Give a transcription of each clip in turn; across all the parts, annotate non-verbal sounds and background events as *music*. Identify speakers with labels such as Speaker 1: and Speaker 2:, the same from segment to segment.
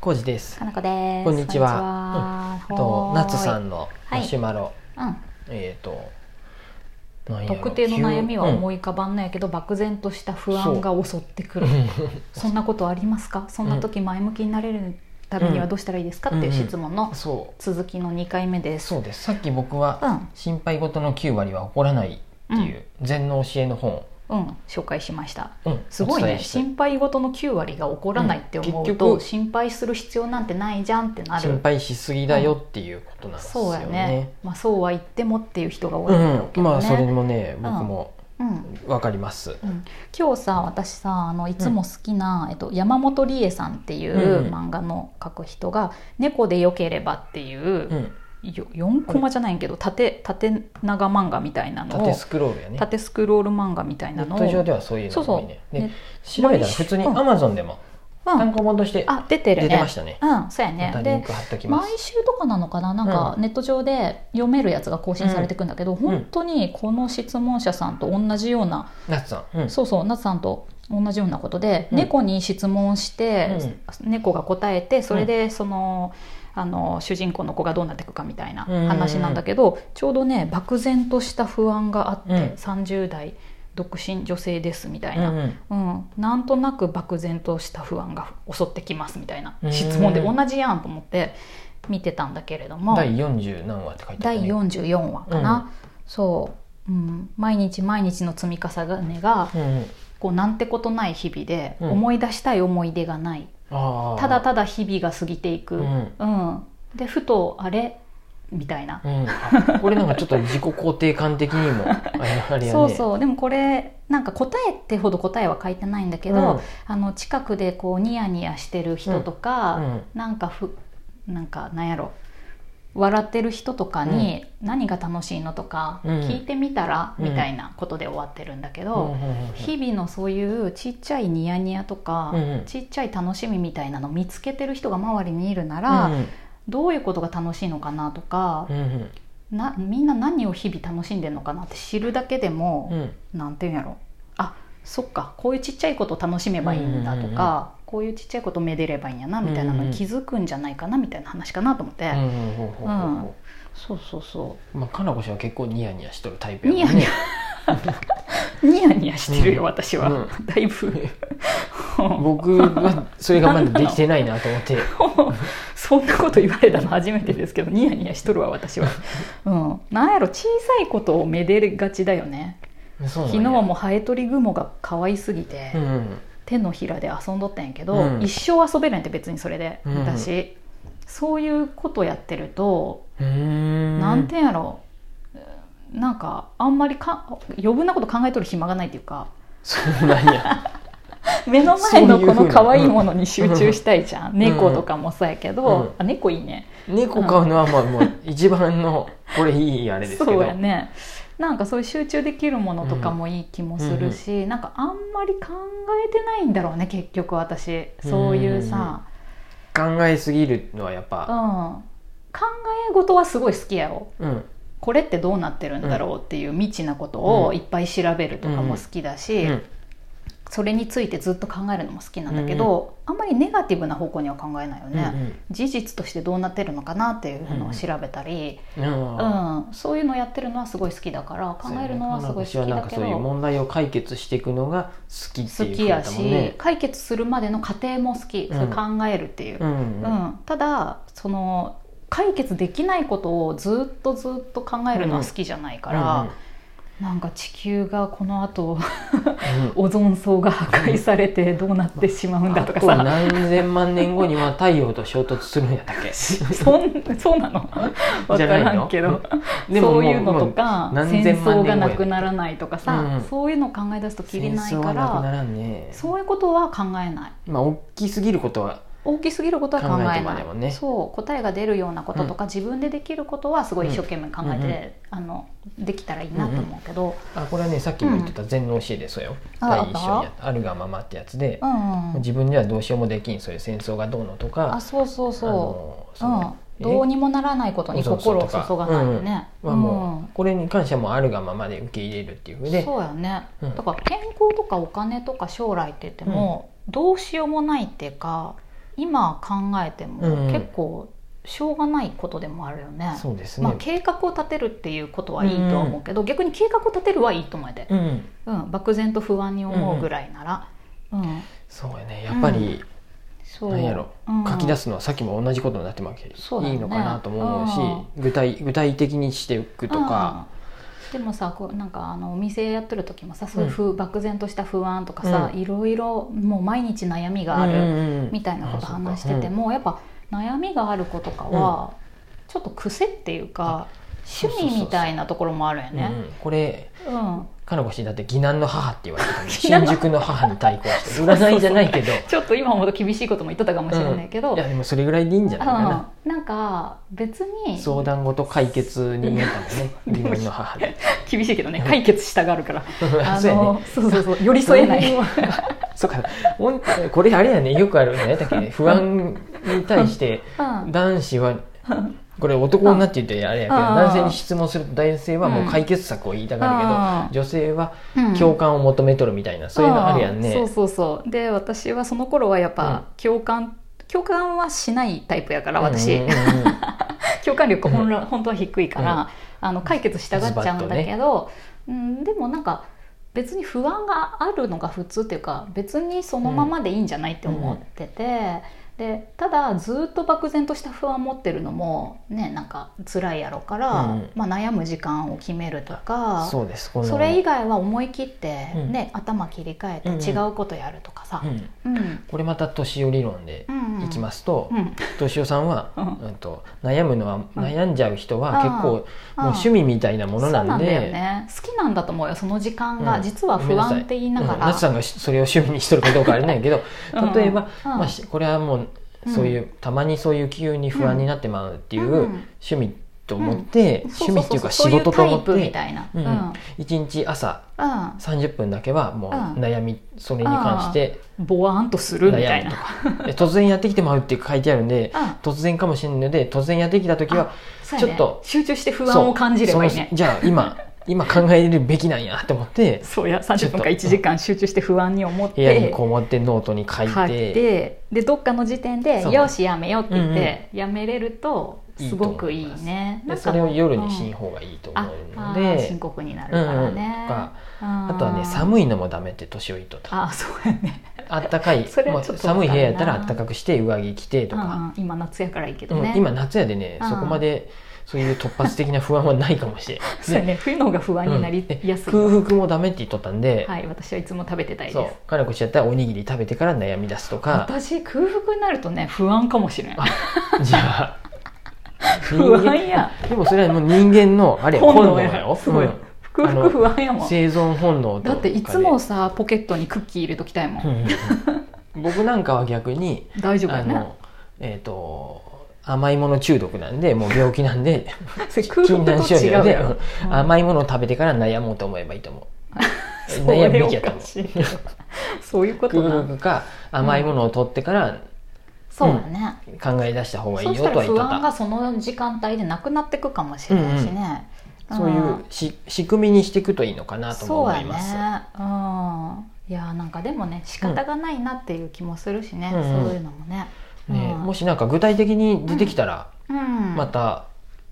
Speaker 1: コウジです
Speaker 2: かなこです。
Speaker 1: こんにちは
Speaker 2: こんにちは
Speaker 1: と
Speaker 2: はーい
Speaker 1: ナツさんのマシュマロ、
Speaker 2: うん。
Speaker 1: えっ、となんやろ
Speaker 2: 特定の悩みは思
Speaker 1: い、
Speaker 2: い浮かばんないけど、漠然とした不安が襲ってく
Speaker 1: う
Speaker 2: る。
Speaker 1: ん
Speaker 2: そんなことありますか？そんな時前向きになれるためにはどうしたらいいですか、っていう質問の
Speaker 1: そ
Speaker 2: 続きの2回目で
Speaker 1: う
Speaker 2: す。
Speaker 1: そうですさっき僕
Speaker 2: う
Speaker 1: は
Speaker 2: ん。
Speaker 1: 心配事の9割は起こらないっていう禅の教えの本を、
Speaker 2: うん。紹介しました。
Speaker 1: うん
Speaker 2: すごい
Speaker 1: お伝
Speaker 2: ね
Speaker 1: えして
Speaker 2: 心配事の9割が起こらないって思
Speaker 1: うん
Speaker 2: う
Speaker 1: 結
Speaker 2: と、
Speaker 1: 局
Speaker 2: 心配する必要なんてないじゃんってなる
Speaker 1: 心配しすぎだよっていうことなんです
Speaker 2: そう
Speaker 1: よ
Speaker 2: や
Speaker 1: ね,、
Speaker 2: ねまあ、そうは言ってもっていう人が多
Speaker 1: う
Speaker 2: いんだろうんけどね、
Speaker 1: まあそれもね、僕も
Speaker 2: うん、
Speaker 1: わかります
Speaker 2: うん今日さ私さあのいつも好きな、えっと、山本理恵さんっていう
Speaker 1: うん
Speaker 2: 漫画の描く人が「猫でよければ」っていう
Speaker 1: う、ん
Speaker 2: よ4コマじゃないけど縦縦長漫画みたいなのを
Speaker 1: 縦スクロールやね
Speaker 2: 縦スクロール漫画みたい
Speaker 1: ネ
Speaker 2: なの
Speaker 1: ッ
Speaker 2: を
Speaker 1: ト上ではそういう
Speaker 2: そう
Speaker 1: のが
Speaker 2: そ
Speaker 1: 多
Speaker 2: う
Speaker 1: いね、
Speaker 2: ね
Speaker 1: で調べたら普通に
Speaker 2: う
Speaker 1: ア
Speaker 2: ん
Speaker 1: マゾンでも
Speaker 2: う
Speaker 1: 単
Speaker 2: ん、
Speaker 1: 行本として
Speaker 2: あ出てるね
Speaker 1: 出てましたね
Speaker 2: うんそうや
Speaker 1: ま
Speaker 2: ね
Speaker 1: たリン
Speaker 2: で
Speaker 1: ク貼っときます
Speaker 2: 毎週とかなのかななんか
Speaker 1: う
Speaker 2: ネット上で読めるやつが更新されてくんだけど、本当にこの質問者さんと同じような
Speaker 1: ナツさん、うん、
Speaker 2: そうそう夏さんと同じようなことで、
Speaker 1: うん
Speaker 2: 猫に質問して、猫が答えてそれでその,、あの主人公の子がどうなっていくかみたいな話なんだけど、ちょうどね漠然とした不安があって、
Speaker 1: うん
Speaker 2: 30代独身女性ですみたいうな、うん
Speaker 1: んうん
Speaker 2: なんとなく漠然とした不安が襲ってきますみたいな
Speaker 1: うん
Speaker 2: 質問で同じやんと思って見てたんだけれども。
Speaker 1: 第40何話って書いてある、
Speaker 2: 第
Speaker 1: ね、
Speaker 2: 44話かな、そう、うん、毎日毎日の積み重ねが
Speaker 1: うんうん
Speaker 2: こうなんてことない日々で
Speaker 1: うん
Speaker 2: 思い出したい思い出がない、
Speaker 1: あー
Speaker 2: ただただ日々が過ぎていく、
Speaker 1: う
Speaker 2: うんんでふとあれみたいな、
Speaker 1: うんあこれなんかちょっと自己肯定感的 *laughs* にもあれやね
Speaker 2: そうそうでもこれなんか答えってほど答えは書いてないんだけど、
Speaker 1: うん
Speaker 2: あの近くでこうニヤニヤしてる人とか、
Speaker 1: うんうん
Speaker 2: なんかふなんかなんやろ笑ってる人とかに何が楽しいのとか
Speaker 1: うん
Speaker 2: 聞いてみたら、
Speaker 1: うん
Speaker 2: みたいなことで終わってるんだけど、
Speaker 1: うんうんうんうん
Speaker 2: 日々のそういうちっちゃいニヤニヤとか、
Speaker 1: うんうん
Speaker 2: ちっちゃい楽しみみたいなの見つけてる人が周りにいるなら、
Speaker 1: うん
Speaker 2: どういうことが楽しいのかなとか
Speaker 1: う、ん
Speaker 2: なみんな何を日々楽しんでるのかなって知るだけでも
Speaker 1: うん、うん
Speaker 2: なんていうんやろあそっかこういうちっちゃいことを楽しめばいいんだ
Speaker 1: うんう
Speaker 2: とか、
Speaker 1: んうん
Speaker 2: こういうちっちゃいことめでればいいんやなみたいな
Speaker 1: うんう
Speaker 2: の
Speaker 1: んうん
Speaker 2: に気づくんじゃないかなみたいな話かなと思って、
Speaker 1: うんうんほうほうほうほ
Speaker 2: そうそうそう
Speaker 1: まあかなこ氏は結構ニヤニヤしとるタイプ
Speaker 2: うニ
Speaker 1: や
Speaker 2: ヤ
Speaker 1: もん
Speaker 2: ニ
Speaker 1: ね *laughs*
Speaker 2: ヤニヤニヤしてるよ、
Speaker 1: うん
Speaker 2: 私は、
Speaker 1: う
Speaker 2: *laughs* だいぶ
Speaker 1: *laughs* 僕はそれがまだできてないなと思 *laughs* って
Speaker 2: *laughs* そんなこと言われたの初めてですけどニヤニヤしとるわ私は、うん、なんやろ小さいことをめでるがちだよね
Speaker 1: そうなん
Speaker 2: 昨
Speaker 1: や
Speaker 2: 日もハエトリグモが可愛すぎて、
Speaker 1: うんうん
Speaker 2: 手のひらで遊んどったんやけど、
Speaker 1: うん
Speaker 2: 一生遊べるんやって別にそれで、
Speaker 1: うん
Speaker 2: 私そういうことやってると、
Speaker 1: うーん
Speaker 2: なんていうんやろなんかあんまりか余分なこと考えとる暇がないってい
Speaker 1: *laughs*
Speaker 2: うか
Speaker 1: そうなん *laughs* や
Speaker 2: 目の前
Speaker 1: そ
Speaker 2: の
Speaker 1: ういう
Speaker 2: こ
Speaker 1: ふう
Speaker 2: の
Speaker 1: な
Speaker 2: 可愛いものに集中したいじゃん、
Speaker 1: ん
Speaker 2: 猫とかもそうやけど、
Speaker 1: うん
Speaker 2: あ猫いいね
Speaker 1: 猫飼うのはまあもう一番のこれいいあれですけど
Speaker 2: そうやねなんかそういう集中できるものとかもいい気もするし、なんかあんまり考えてないんだろうね結局私そういうさ、
Speaker 1: 考えすぎるのはやっ
Speaker 2: う
Speaker 1: ぱ、
Speaker 2: ん、考え事はすごい好きやよ
Speaker 1: うん、
Speaker 2: これってどうなってるんだろうっていう未知なことを
Speaker 1: うん
Speaker 2: いっぱい調べるとかも好きだし、
Speaker 1: うん
Speaker 2: それについてずっと考えるのも好きなんだけど、あんまりネガティブな方向には考えないよ
Speaker 1: うんう
Speaker 2: ね、
Speaker 1: ん
Speaker 2: 事実としてどうなってるのかなっていうのを調べたり、
Speaker 1: うん
Speaker 2: うんそういうのやってるのはすごい好きだから考えるのはすごい好きだけ
Speaker 1: そういう
Speaker 2: ど
Speaker 1: 問題を解決していくのが好きってい
Speaker 2: 好
Speaker 1: う
Speaker 2: きや
Speaker 1: こと
Speaker 2: し、
Speaker 1: だもんね
Speaker 2: 解決するまでの過程も好き、それ考えるっていう
Speaker 1: うんうんうん
Speaker 2: うん、ただその解決できないことをずっとずっと考えるのは好きじゃないから、なんか地球がこの後 *laughs*
Speaker 1: うん
Speaker 2: オゾン層が破壊されてどうなってしまうんだとか
Speaker 1: あと
Speaker 2: さ、
Speaker 1: 何千万年後には太陽と衝突するんやったっけ
Speaker 2: そんそうなのわ
Speaker 1: じ
Speaker 2: か
Speaker 1: ゃないの
Speaker 2: らんけど
Speaker 1: でもも
Speaker 2: そうういうのとか
Speaker 1: もう何
Speaker 2: 戦
Speaker 1: 千万
Speaker 2: 争
Speaker 1: 年後
Speaker 2: がな
Speaker 1: や
Speaker 2: くならないとかさ、
Speaker 1: うん
Speaker 2: そういうのを考え出すときりない
Speaker 1: 戦争
Speaker 2: か
Speaker 1: はなくな
Speaker 2: ら
Speaker 1: らんね
Speaker 2: そういうことは考えない
Speaker 1: まあ大きすぎることは
Speaker 2: 大きすぎることは考え
Speaker 1: 考
Speaker 2: な
Speaker 1: えて
Speaker 2: い
Speaker 1: もねもね
Speaker 2: そう答えが出るようなこととか、自分でできることはすごい一生懸命考え
Speaker 1: うんうん
Speaker 2: て、あのできたらいいなと思うけど、
Speaker 1: あこれはねさっきも言ってた禅の教えでそうよ、
Speaker 2: あ
Speaker 1: 第
Speaker 2: あっ
Speaker 1: 一
Speaker 2: た
Speaker 1: 章にあったあるがままってやつで
Speaker 2: う、んうん
Speaker 1: 自分ではどうしようもできんそういう戦争がどうのとか
Speaker 2: あそうそう
Speaker 1: あ
Speaker 2: そ
Speaker 1: の
Speaker 2: う、
Speaker 1: そうの
Speaker 2: ん、どうにもならないことに心を注
Speaker 1: そうそうと
Speaker 2: が
Speaker 1: か
Speaker 2: ないよね、
Speaker 1: はもうこれに関してはもうあるがままで受け入れるっていうふう
Speaker 2: う
Speaker 1: で
Speaker 2: んそうやね、
Speaker 1: うん
Speaker 2: だから健康とかお金とか将来って言っても、どうしようもないっていうか今考えても
Speaker 1: うん
Speaker 2: 結構しょうがないことでもあるよね。
Speaker 1: そうですね、
Speaker 2: まあ、計画を立てるっていうことはいいとは思うけど、逆に計画を立てるはいいと思うで、
Speaker 1: うん
Speaker 2: うん、漠然と不安に思うぐらいなら、うん
Speaker 1: そうやねやっぱり、
Speaker 2: そう
Speaker 1: なんやろ
Speaker 2: うん
Speaker 1: 書き出すのはさっきも同じことになってもらうけ
Speaker 2: そう
Speaker 1: ど、
Speaker 2: だね
Speaker 1: いいのかなとも思うし具体具体的にしていくとか、
Speaker 2: うんでもさこうなんかあのお店やってる時もさそういうふう、漠然とした不安とかさ、
Speaker 1: う
Speaker 2: いろいろもう毎日悩みがあ
Speaker 1: うん
Speaker 2: る
Speaker 1: うんうん
Speaker 2: みたいなこと
Speaker 1: あそうか
Speaker 2: 話してても、やっぱ悩みがある子とかは、ちょっと癖っていうか
Speaker 1: そうそうそう
Speaker 2: 趣味みたいなところもあるよ
Speaker 1: うんうん
Speaker 2: ね。
Speaker 1: これ
Speaker 2: うん
Speaker 1: かなこ氏だって「疑難の母」って言われてたもん
Speaker 2: *laughs* 疑
Speaker 1: 新
Speaker 2: 難の
Speaker 1: 宿の母に対抗して占いじゃないけど
Speaker 2: ちょっと今ほど厳しいことも言ってたかもしれないけど、
Speaker 1: うんいやでもそれぐらいでいいんじゃないかな、
Speaker 2: うん、なんか別に
Speaker 1: 相談事解決になったもんね疑難の母で
Speaker 2: 厳しいけどね解決したがるから
Speaker 1: *laughs*
Speaker 2: あ
Speaker 1: そうやね
Speaker 2: のそうそうそう寄り添えない
Speaker 1: *laughs* そうかほんこれあれやねよくあるんだねだっけ不安に対して
Speaker 2: うん
Speaker 1: 男子はこれ男になって言ってあれやけど
Speaker 2: うん
Speaker 1: 男性に質問すると男性はもう解決策を言いたがるけど女性は共感を求めとるみたいなそういうのあるやん
Speaker 2: う
Speaker 1: ね
Speaker 2: そうそうそうで私はその頃はやっぱ共感、共感はしないタイプやから私、
Speaker 1: うんうんうんうん
Speaker 2: 共感力本,、本当は低いから、あの解決したがっちゃうんだけど、うん、でもなんか別に不安があるのが普通っていうか別にそのままでいいんじゃないって思ってて、でただずっと漠然とした不安持ってるのもねなんか辛いやろから、
Speaker 1: うん
Speaker 2: まあ、悩む時間を決めると *laughs* か。
Speaker 1: そうですこの
Speaker 2: それ以外は思い切って、
Speaker 1: うん
Speaker 2: ね頭切り替
Speaker 1: うんう
Speaker 2: え
Speaker 1: ん
Speaker 2: て違うことやるとかさ、
Speaker 1: うん
Speaker 2: うん
Speaker 1: これまた年寄理論で
Speaker 2: うん
Speaker 1: いきますと
Speaker 2: うん
Speaker 1: 年寄さんは
Speaker 2: うん
Speaker 1: うんと悩むのは
Speaker 2: うん
Speaker 1: 悩んじゃう人は
Speaker 2: あー
Speaker 1: 結構もう
Speaker 2: あー
Speaker 1: 趣味みたいなも
Speaker 2: そ
Speaker 1: の
Speaker 2: う
Speaker 1: な
Speaker 2: なんんだよ
Speaker 1: で
Speaker 2: ね好きなんだと思うよその時間が、
Speaker 1: うん
Speaker 2: 実は不安って言いなが
Speaker 1: うん
Speaker 2: ら、
Speaker 1: 夏さんがそれを趣味にしとるかどうかあれないけど
Speaker 2: うん
Speaker 1: 例えば、
Speaker 2: うん
Speaker 1: まあ、しこれはもうそういう、たまにそういう急に不安になってまうっていう
Speaker 2: うん
Speaker 1: 趣味と思って、
Speaker 2: そう
Speaker 1: 趣味っていうか仕事と思っ
Speaker 2: そういうタイプみ
Speaker 1: て
Speaker 2: たいな、
Speaker 1: う
Speaker 2: うんん
Speaker 1: 一日朝30分だけはもう
Speaker 2: うん
Speaker 1: 悩み、それに関して
Speaker 2: うんボワーンとするみた
Speaker 1: 悩
Speaker 2: い
Speaker 1: むと
Speaker 2: な
Speaker 1: かで突然やってきてまうって書いてあるんで、
Speaker 2: うん
Speaker 1: 突然かもしれないので突然やってきた時は
Speaker 2: そう
Speaker 1: ち
Speaker 2: や
Speaker 1: ょ
Speaker 2: ね
Speaker 1: っと
Speaker 2: 集中して不安を感じればいい
Speaker 1: そう
Speaker 2: ね
Speaker 1: そのじゃあ今今考えるべきなんやと思って
Speaker 2: そうや30分
Speaker 1: ちょっと
Speaker 2: か1時間集中して不安に思っ
Speaker 1: 部屋に
Speaker 2: て
Speaker 1: こもってノートに書い
Speaker 2: 書い
Speaker 1: て。
Speaker 2: てでどっかの時点で
Speaker 1: そ
Speaker 2: 「
Speaker 1: う
Speaker 2: よしやめよ」って言って、やめれると
Speaker 1: いい
Speaker 2: す
Speaker 1: と思い
Speaker 2: ご
Speaker 1: ます
Speaker 2: くいいね
Speaker 1: でそれを夜にしん
Speaker 2: 深
Speaker 1: 方がいいと思
Speaker 2: あ
Speaker 1: う
Speaker 2: あ
Speaker 1: の
Speaker 2: ー
Speaker 1: で
Speaker 2: 深、刻になるからね、
Speaker 1: う
Speaker 2: あ
Speaker 1: あとはね
Speaker 2: い
Speaker 1: 寒いのもダメって年老いとった
Speaker 2: あそうやね、
Speaker 1: あったかい
Speaker 2: それ
Speaker 1: もう
Speaker 2: はちょっとわ
Speaker 1: 寒
Speaker 2: かる
Speaker 1: い
Speaker 2: な
Speaker 1: 部屋やったらあったかくして上着着てと
Speaker 2: うんう
Speaker 1: か、
Speaker 2: ん今夏やからいいけ
Speaker 1: う
Speaker 2: ど
Speaker 1: ん
Speaker 2: ね、
Speaker 1: 今夏やでね、
Speaker 2: うん
Speaker 1: そこまでそういう突発的な不安はないかもしれ
Speaker 2: *laughs* *laughs* そうや
Speaker 1: ない、
Speaker 2: ね冬の方が不安になりやすい、
Speaker 1: 空腹もダメって言っとったんで、
Speaker 2: *laughs* はい私はいつも食べてたい
Speaker 1: そ
Speaker 2: で
Speaker 1: う
Speaker 2: す
Speaker 1: かなこちゃったらおにぎり食べてから悩み出すとか
Speaker 2: 私空腹になるとね不安かもしれん
Speaker 1: あじゃあ
Speaker 2: *laughs* 不安や
Speaker 1: 人間でもそれはもう人間のあれ
Speaker 2: 本
Speaker 1: 本
Speaker 2: 能
Speaker 1: 能
Speaker 2: や
Speaker 1: やよ
Speaker 2: そうよ
Speaker 1: うん
Speaker 2: 空腹不安やもん
Speaker 1: 生存本能とか
Speaker 2: だ
Speaker 1: で
Speaker 2: っていつもさポケットにクッキー入れときたいもん、
Speaker 1: うんうんうん僕なんかは逆に、
Speaker 2: 大丈夫
Speaker 1: あ
Speaker 2: やね
Speaker 1: のえっ、と甘いもの中毒なんでもう病気なん
Speaker 2: *laughs*
Speaker 1: で
Speaker 2: それ空腹と
Speaker 1: 禁
Speaker 2: 違
Speaker 1: 断症状
Speaker 2: う
Speaker 1: で
Speaker 2: やろ、
Speaker 1: うん甘いものを食べてから悩もうと思えばいいと思う
Speaker 2: *laughs* それ
Speaker 1: 悩むべきや
Speaker 2: お
Speaker 1: と思
Speaker 2: か
Speaker 1: う
Speaker 2: しいけど *laughs* そういうこと
Speaker 1: 空
Speaker 2: な
Speaker 1: 腹か甘いものを取ってから
Speaker 2: そうだね、
Speaker 1: 考え出した方がいい
Speaker 2: そ
Speaker 1: よ
Speaker 2: うし
Speaker 1: と
Speaker 2: た
Speaker 1: は言っ
Speaker 2: ら不
Speaker 1: とっ
Speaker 2: 安
Speaker 1: た
Speaker 2: がその時間帯でなくなってくかもしれないしね、ん
Speaker 1: そういうし仕組みにしていくといいのかなとも
Speaker 2: そう
Speaker 1: 思
Speaker 2: や
Speaker 1: います、
Speaker 2: ねうんいやなんかでもね仕方がないなっていう気もするしね、
Speaker 1: うんうんうん
Speaker 2: そういうのもね,、うん
Speaker 1: ねもしなんか具体的に出てきたら、
Speaker 2: うん、
Speaker 1: また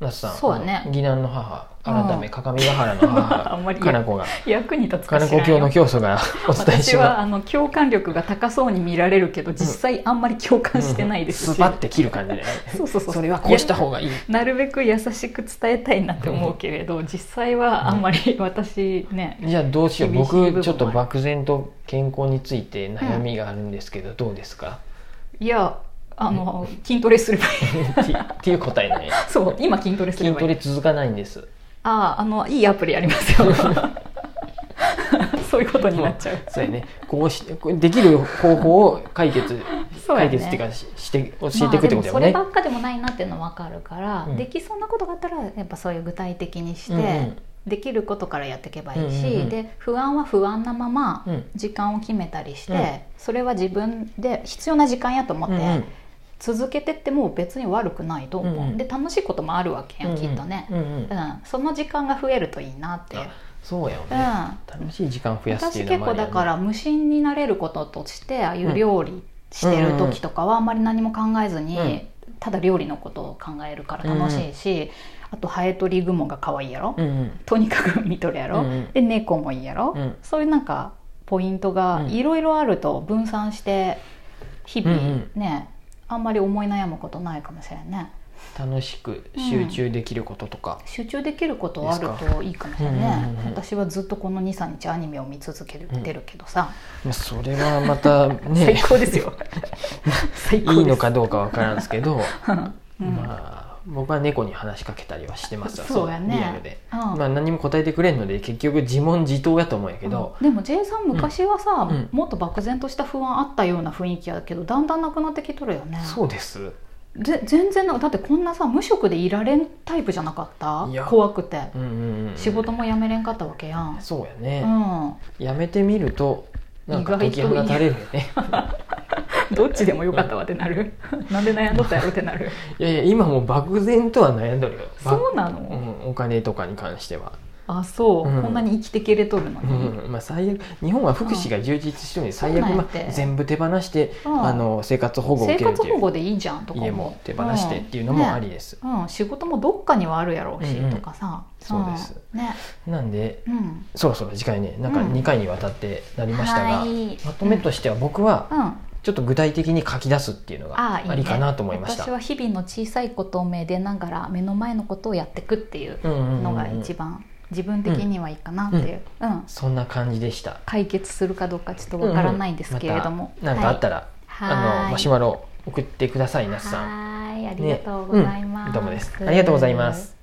Speaker 1: 那須さん
Speaker 2: そうやね
Speaker 1: 疑難の母
Speaker 2: うん
Speaker 1: 改め各務原の
Speaker 2: *laughs* あん
Speaker 1: 母
Speaker 2: まり
Speaker 1: かなこが
Speaker 2: 役に立つか
Speaker 1: 金
Speaker 2: しら
Speaker 1: 子
Speaker 2: ん
Speaker 1: 教の
Speaker 2: よ
Speaker 1: 教祖
Speaker 2: *laughs*
Speaker 1: がお伝えし
Speaker 2: 私は
Speaker 1: ま
Speaker 2: あの共感力が高そうに見られるけど実際あんまり共感
Speaker 1: す。
Speaker 2: してないですし、
Speaker 1: スパッて切る感じで、ね。
Speaker 2: そうそうそう
Speaker 1: それはこうした方がいい。
Speaker 2: なるべく優しく伝えたいなって思うけれど実際はあんまり私ね、
Speaker 1: じゃあどうしよう。
Speaker 2: 厳しい部分もあ
Speaker 1: 僕
Speaker 2: る
Speaker 1: ちょっと漠然と健康について悩みがあるんですけど、どうですか？ *laughs*
Speaker 2: いやあの筋トレすればいい
Speaker 1: って *laughs* っていう答えね。
Speaker 2: そう今筋トレす
Speaker 1: 筋
Speaker 2: ればい
Speaker 1: ト
Speaker 2: い
Speaker 1: レ続かないんです。
Speaker 2: あああのいいアプリありますよそういうことになっちゃう
Speaker 1: そうやね。こうしてこうできる方法を解決、
Speaker 2: そうや
Speaker 1: 解
Speaker 2: ね
Speaker 1: 決っていうかしして教えていくってことだよね。
Speaker 2: まあでもそればっかでもないなっていうの分かるから、
Speaker 1: うん
Speaker 2: できそうなことがあったらやっぱそういう具体的にして、
Speaker 1: うんうん
Speaker 2: できることからやっていけばいいし、
Speaker 1: うんうんうん
Speaker 2: で不安は不安なまま
Speaker 1: うん
Speaker 2: 時間を決めたりして、
Speaker 1: うん
Speaker 2: それは自分で必要な時間やと思って。
Speaker 1: うんうん
Speaker 2: 続けてっても別に悪くないと思う、
Speaker 1: うんうん
Speaker 2: で楽しいこともあるわけやん、きっとね、
Speaker 1: う
Speaker 2: うんん
Speaker 1: うんうんうん
Speaker 2: その時間が増えるといいなっていう
Speaker 1: あそうやよ
Speaker 2: う
Speaker 1: ね。
Speaker 2: ん
Speaker 1: 楽しい時間増やすってい
Speaker 2: 私
Speaker 1: うの
Speaker 2: 結
Speaker 1: もあ
Speaker 2: 構
Speaker 1: るよ
Speaker 2: だ
Speaker 1: ね
Speaker 2: から無心になれることとしてああいう料理してる時とかはあんまり何も考えずに、
Speaker 1: うん
Speaker 2: ただ料理のことを考えるから楽しいし、あとハエトリグモが可愛いやろ、とにかく見とるやろ、
Speaker 1: うんうん
Speaker 2: で猫もいいやろ、
Speaker 1: うん
Speaker 2: そういうなんかポイントが
Speaker 1: うん
Speaker 2: いろいろあると分散して日々
Speaker 1: うん
Speaker 2: ね、あんまり思い悩むことないかもしれんね
Speaker 1: 楽しく集中できることとか、
Speaker 2: 集中できることはあるといいかもしれん
Speaker 1: ですか
Speaker 2: ね
Speaker 1: うんうんうんうん
Speaker 2: 私はずっとこの23日アニメを見続けてるけどさ、
Speaker 1: まあ、それはまたね
Speaker 2: *laughs* 最高で
Speaker 1: *laughs*
Speaker 2: すよ最高で
Speaker 1: い
Speaker 2: す
Speaker 1: いのかどうかわからんですけど、
Speaker 2: うん
Speaker 1: まあ僕は猫に話しかけたりはしてますわ
Speaker 2: そうやね
Speaker 1: リアルで、
Speaker 2: うん
Speaker 1: まあ、何も答えてくれんので結局自問自答やと思うんやけど、
Speaker 2: うんでも J さん昔はさ、
Speaker 1: うん
Speaker 2: もっと漠然とした不安あったような雰囲気やけどだんだんなくなってきとるよね
Speaker 1: そうです
Speaker 2: ぜ全然なんかだってこんなさ無職でいられんタイプじゃなかっ
Speaker 1: い
Speaker 2: た
Speaker 1: や
Speaker 2: 怖くて
Speaker 1: うんうんうん
Speaker 2: 仕事も辞めれんかったわけやん、
Speaker 1: そうや
Speaker 2: う
Speaker 1: ね、
Speaker 2: ん、 *laughs*
Speaker 1: やめてみるとなんか解き放たれるよね
Speaker 2: どっちでもよかったわってなるなんで悩んどったやろってなる
Speaker 1: いやいや今もう漠然とは悩んどるよば
Speaker 2: *laughs* そうなの、
Speaker 1: うん、お金とかに関しては、
Speaker 2: あそう、
Speaker 1: うん
Speaker 2: こんなに生きてけれとるの
Speaker 1: う
Speaker 2: に、
Speaker 1: んまあ、最悪日本は福祉が充実してるので最悪、
Speaker 2: そうなんや
Speaker 1: ま
Speaker 2: って
Speaker 1: あ、全部手放して、
Speaker 2: うん
Speaker 1: あの生活保護を受
Speaker 2: 生
Speaker 1: けるって
Speaker 2: 活
Speaker 1: い
Speaker 2: 保
Speaker 1: う
Speaker 2: 護でいいじゃんとか
Speaker 1: 家も手放してっていうのもありです、
Speaker 2: うんねうん仕事もどっかにはあるやろうし、
Speaker 1: うんうん
Speaker 2: とかさ
Speaker 1: そうです
Speaker 2: んね
Speaker 1: なんで
Speaker 2: うん
Speaker 1: そろそろ次回ねなんか
Speaker 2: うん
Speaker 1: 2回にわたってなりましたが、
Speaker 2: はい
Speaker 1: まとめとしては僕は
Speaker 2: うん
Speaker 1: ちょっと具体的に書き出すっていうのが
Speaker 2: ああいいね
Speaker 1: ありかなと思いました
Speaker 2: 私は日々の小さいことをめでながら目の前のことをやっていくっていう
Speaker 1: うんうんうんうん
Speaker 2: のが一番自分的にはいいかなっていう、うん
Speaker 1: そんな感じでした
Speaker 2: 解決するかどうかちょっとわからないんですけれども、
Speaker 1: うんまたなんかあったら、
Speaker 2: はい
Speaker 1: あ
Speaker 2: は
Speaker 1: の
Speaker 2: い
Speaker 1: マシュマロ送ってくださいなっさん
Speaker 2: はいありがとうござい
Speaker 1: ね
Speaker 2: ます、
Speaker 1: うんどうもですありがとうございます